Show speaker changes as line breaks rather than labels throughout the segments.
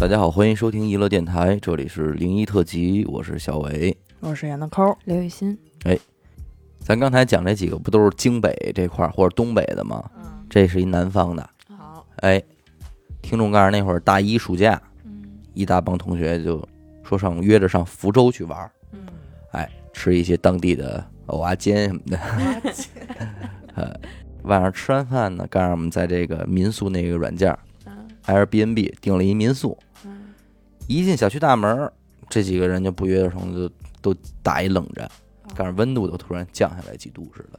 大家好，欢迎收听娱乐电台，这里是零一特辑，我是小伟。
我是演的抠，
刘雨欣，
咱刚才讲这几个不都是京北这块儿或者东北的吗？
嗯，
这是一南方的。
好，
哎，听众告诉那会儿大一暑假，
嗯
一大帮同学就说上约着上福州去玩儿，
嗯，
吃一些当地的蚵仔煎什么的。 晚上吃完饭呢，告诉我们在这个民宿那个软件儿
嗯
Airbnb 订了一民宿，
嗯
一进小区大门儿，这几个人就不约而同就都打一冷战，但是温度都突然降下来几度似的，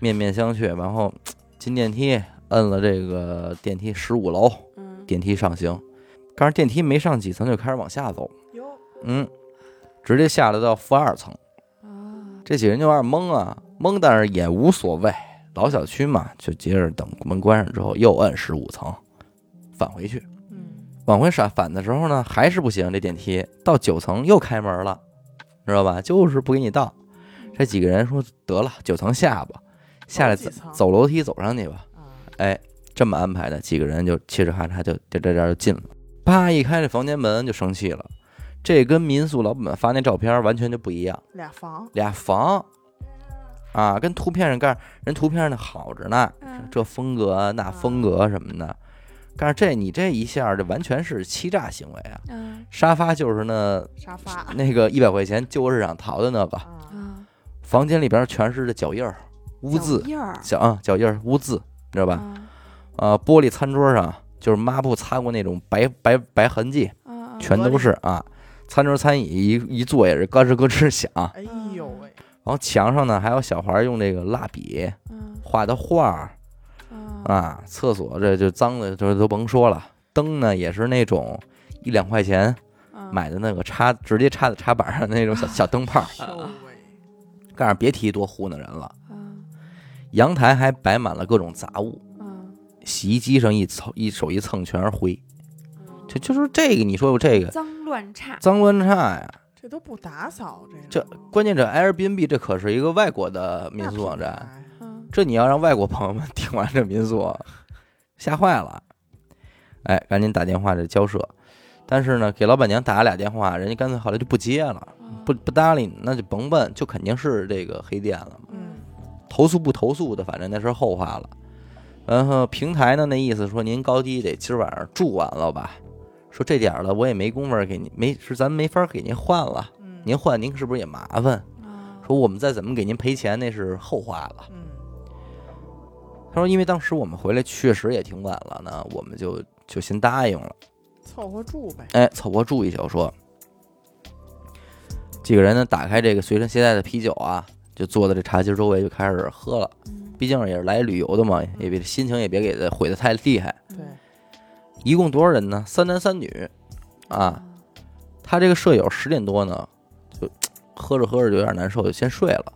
面面相觑。然后嘖进电梯，摁了这个电梯十五楼，
嗯，
电梯上行，但是电梯没上几层就开始往下走，
哟，
嗯，直接下来到负二层。
啊，
这几人就有点懵啊，懵，但是也无所谓，老小区嘛，就接着等门关上之后又摁十五层，返回去。
嗯，
往回闪返的时候呢，还是不行，这电梯到九层又开门了，知道吧？就是不给你到。这几个人说得了，九层下吧，下来
走
走
几层
走楼梯走上去吧。
啊，
哎，这么安排的，几个人就嘁哧咔嚓就就这这就进了。啪一开这房间门就生气了，这跟民宿老板发那照片完全就不一样，
俩房，
俩房。啊，跟图片上盖人图片上那好着呢，
嗯
这风格啊那风格什么的，但是这你这一下这完全是欺诈行为啊！
嗯
沙发就是那
沙发，
那个一百块钱旧货市场淘的那个，
啊，
啊，
房间里边全是这脚印儿、污渍、
脚印儿，
脚啊脚印儿、污渍，你知道吧？
啊
啊，玻璃餐桌上就是抹布擦过那种白白白痕迹，
啊，
全都是啊。餐桌餐椅一一坐也是咯吱咯吱响，
哎呦喂，
然后墙上呢还有小孩儿用这个蜡笔
嗯
画的画儿，
啊
啊，厕所这就脏的，就都甭说了。灯呢也是那种一两块钱
啊，
买的那个插，直接插在插板上那种小小灯泡儿。
哎呦喂，
告诉别提多糊弄人了。
啊
阳台还摆满了各种杂物，
啊，
洗衣机上一蹭一手一蹭全是灰。就就是这个，你说我这个
嗯脏乱差，
脏乱差呀、
这都不打扫，这
这
种
关键这 Airbnb 这可是一个外国的民宿网站，，
嗯
这你要让外国朋友们听完这民宿， 吓坏了。哎，赶紧打电话这交涉，但是呢，给老板娘打了俩电话，人家干脆后来就不接了，
啊
不不搭理你，那就甭问，就肯定是这个黑店了嘛。
嗯，
投诉不投诉的，反正那是后话了。然后平台呢，那意思说您高低得今儿晚上住完了吧？说这点儿了，我也没工夫给您，没是咱没法给您换了，
嗯，
您换您是不是也麻烦？
啊
说我们再怎么给您赔钱，那是后话了。
嗯，
他说，因为当时我们回来确实也挺晚了呢，我们就就先答应了。
凑合住呗，
哎，凑合住一宿说。几个人呢，打开这个随身携带的啤酒啊，就坐在这茶几周围就开始喝了。
嗯
毕竟也是来旅游的嘛，也别心情也别给它毁得太厉害。
对，
一共多少人呢？三男三女，啊，他这个舍友十点多呢，就喝着喝着就有点难受，就先睡了。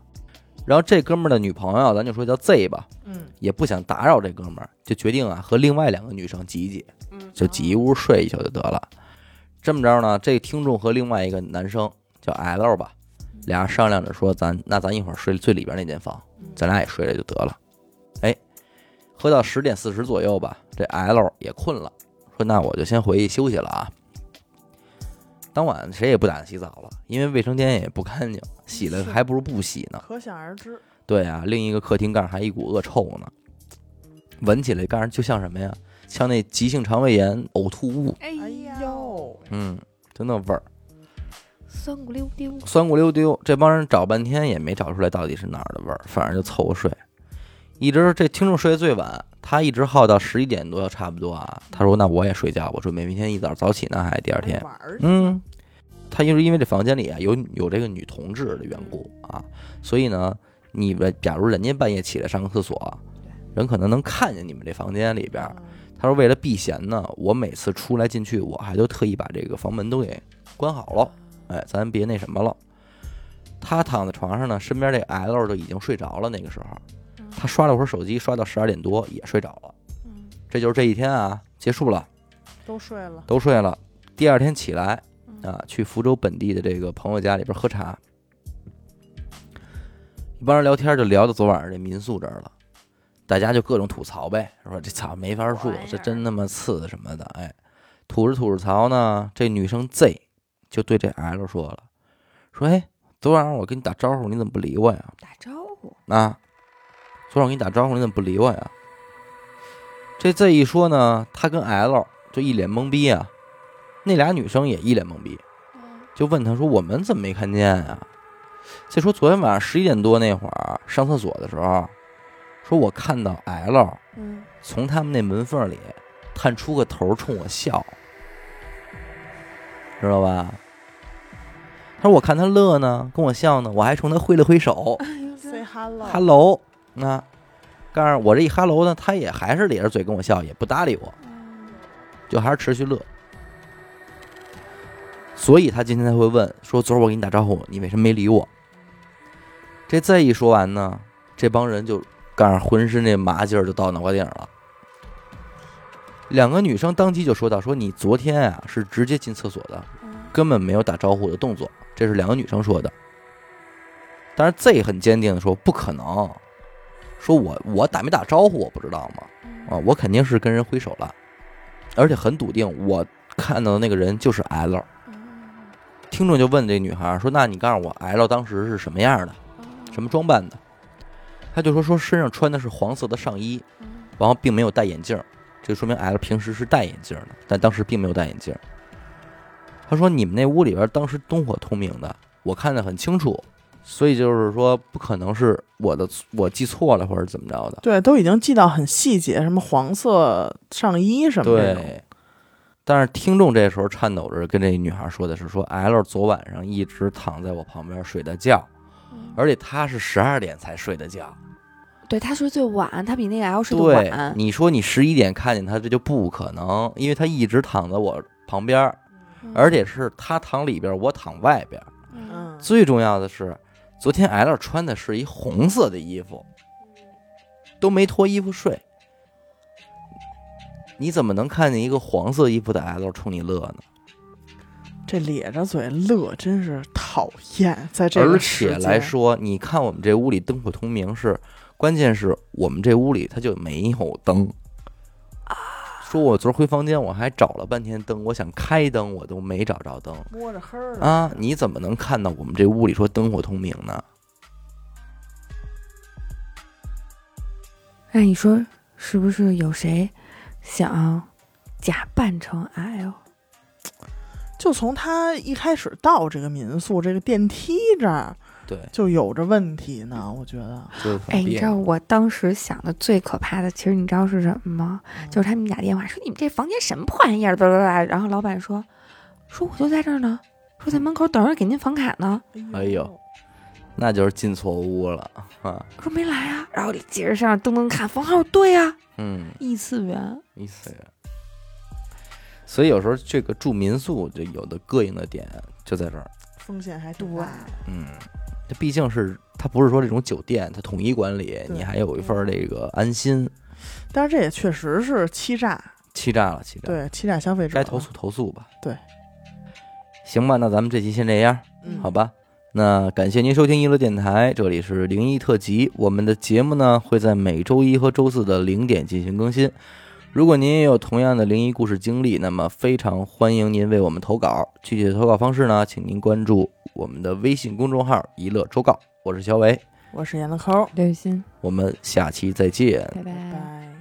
然后这哥们儿的女朋友，咱就说叫 Z 吧，
嗯，
也不想打扰这哥们儿，就决定啊和另外两个女生挤一挤，
嗯
就挤一屋睡一宿就得了。这么着呢，这听众和另外一个男生叫 L 吧，俩人商量着说，咱那咱一会儿睡最里边那间房，咱俩也睡了就得了。哎，喝到十点四十左右吧，这 L 也困了，说那我就先回去休息了啊。当晚谁也不打算洗澡了，因为卫生间也不干净，洗了
是
还不如不洗呢。
可想而知，
对啊，另一个客厅盖儿还一股恶臭呢，闻起来盖儿就像什么呀？像那急性肠胃炎呕吐物，
哎
哎
呦，
呦，
嗯，就那味儿，
酸不溜丢，
酸不溜丢。这帮人找半天也没找出来到底是哪儿的味儿，反正就凑合睡。一直这听众睡得最晚，他一直耗到十一点多差不多啊。他说：“那我也睡觉，我准备明天一早早起呢，还第二天。”
玩儿去，
嗯，他就是因为这房间里啊有有这个女同志的缘故啊，所以呢，你们假如人家半夜起来上个厕所，人可能能看见你们这房间里
嗯
边儿。他说为了避嫌呢，我每次出来进去，我还都特意把这个房门都给关好了，哎，咱别那什么了。他躺在床上呢，身边这 L 就已经睡着了。那个时候，他刷了会儿手机，刷到十二点多也睡着了。
嗯
这就是这一天啊，结束了，
都睡了，
都睡了。第二天起来，
嗯
啊，去福州本地的这个朋友家里边喝茶，一帮人聊天就聊到昨晚上这民宿这儿了，大家就各种吐槽呗，说这操没法住
玩意，儿
这真他妈次什么的，哎，吐着吐着槽呢，这女生 Z 就对这 L 说了，说：“哎，昨晚上我跟你打招呼，你怎么不理我呀？
打招呼，
啊，昨晚我跟你打招呼，你怎么不理我呀？”这 Z 一说呢，他跟 L 就一脸懵逼啊，那俩女生也一脸懵逼，
嗯
就问他说：“我们怎么没看见呀、再说昨天晚上十一点多那会儿上厕所的时候，说我看到 L
嗯，
从他们那门缝里探出个头冲我笑，知道吧？他说我看他乐呢，跟我笑呢，我还冲他挥了挥手
哎呦
say
这
hello，
，hello 啊。但是我这一 hello 呢，他也还是咧着嘴跟我笑，也不搭理我，
嗯
就还是持续乐。所以他今天才会问说，昨儿我给你打招呼，你为什么没理我？这再一说完呢，这帮人就赶上浑身这麻劲儿就到脑瓜顶了。两个女生当即就说到：“说你昨天啊是直接进厕所的，
嗯
根本没有打招呼的动作。”这是两个女生说的。但是 Z 很坚定的说：“不可能，说我我打没打招呼我不知道吗？
嗯
啊，我肯定是跟人挥手了，而且很笃定，我看到的那个人就是 L。
嗯
听众就问这女孩儿说：“那你告诉我，L 当时是什么样的，什么装扮的？”她就说：“说身上穿的是黄色的上衣，
嗯
然后并没有戴眼镜儿，这说明 L 平时是戴眼镜儿的，但当时并没有戴眼镜儿。”她说：“你们那屋里边当时灯火通明的，我看得很清楚，所以就是说不可能是我的我记错了或者怎么着的。”
对，都已经记到很细节，什么黄色上衣什么这种，
对，但是听众这时候颤抖着跟这女孩说的是说，L 昨晚上一直躺在我旁边睡的觉，
嗯
而且她是十二点才睡的觉。
对，他睡最晚，他比那个 L 睡得
对，
晚。
你说你十一点看见她，这就不可能，因为她一直躺在我旁边，
嗯
而且是她躺里边，我躺外边。
嗯
嗯，
最重要的是，昨天 L 穿的是一红色的衣服，都没脱衣服睡。你怎么能看见一个黄色衣服的 L 冲你乐呢？
这咧着嘴乐真是讨厌，在这个
而
时
且
间
来，说，你看我们这屋里灯火通明是，关键是我们这屋里它就没有灯。
啊
说我昨儿回房间，我还找了半天灯，我想开灯我都没找着灯
摸着黑儿了，
啊！你怎么能看到我们这屋里说灯火通明呢？
那哎你说是不是有谁想假扮成 L？
就从他一开始到这个民宿这个电梯这儿
对，
就有着问题呢，我觉得
就是
哎，
很
你知
别
道
扭。
我当时想的最可怕的，其实你知道是什么吗？就是他们打电话说你们这房间什么破玩意儿，巴拉巴拉。然后老板说，说我就在这儿呢，说在门口等着给您房卡呢，
哎呦，那就是进错屋了啊！
说没来啊。然后得接着上登登看房号，对呀、
嗯，
异次元。
意思。所以有时候这个住民宿，这有的膈应的点就在这儿。
风险还挺大的，
嗯，它毕竟是它不是说这种酒店，它统一管理，你还有一份儿这个安心。
但是这也确实是欺诈，
欺诈了，欺诈，
对，欺诈消费者
该
了
投诉投诉吧。
对，
行吧，那咱们这期先这样，
嗯
好吧？那感谢您收听娱乐电台，这里是灵异特辑。我们的节目呢会在每周一和周四的零点进行更新。如果您也有同样的灵异故事经历，那么非常欢迎您为我们投稿。具体的投稿方式呢，请您关注我们的微信公众号“娱乐周告”。我是小伟，
我是闫德抠，
刘雨欣，
我们下期再见。
拜
拜
拜
拜。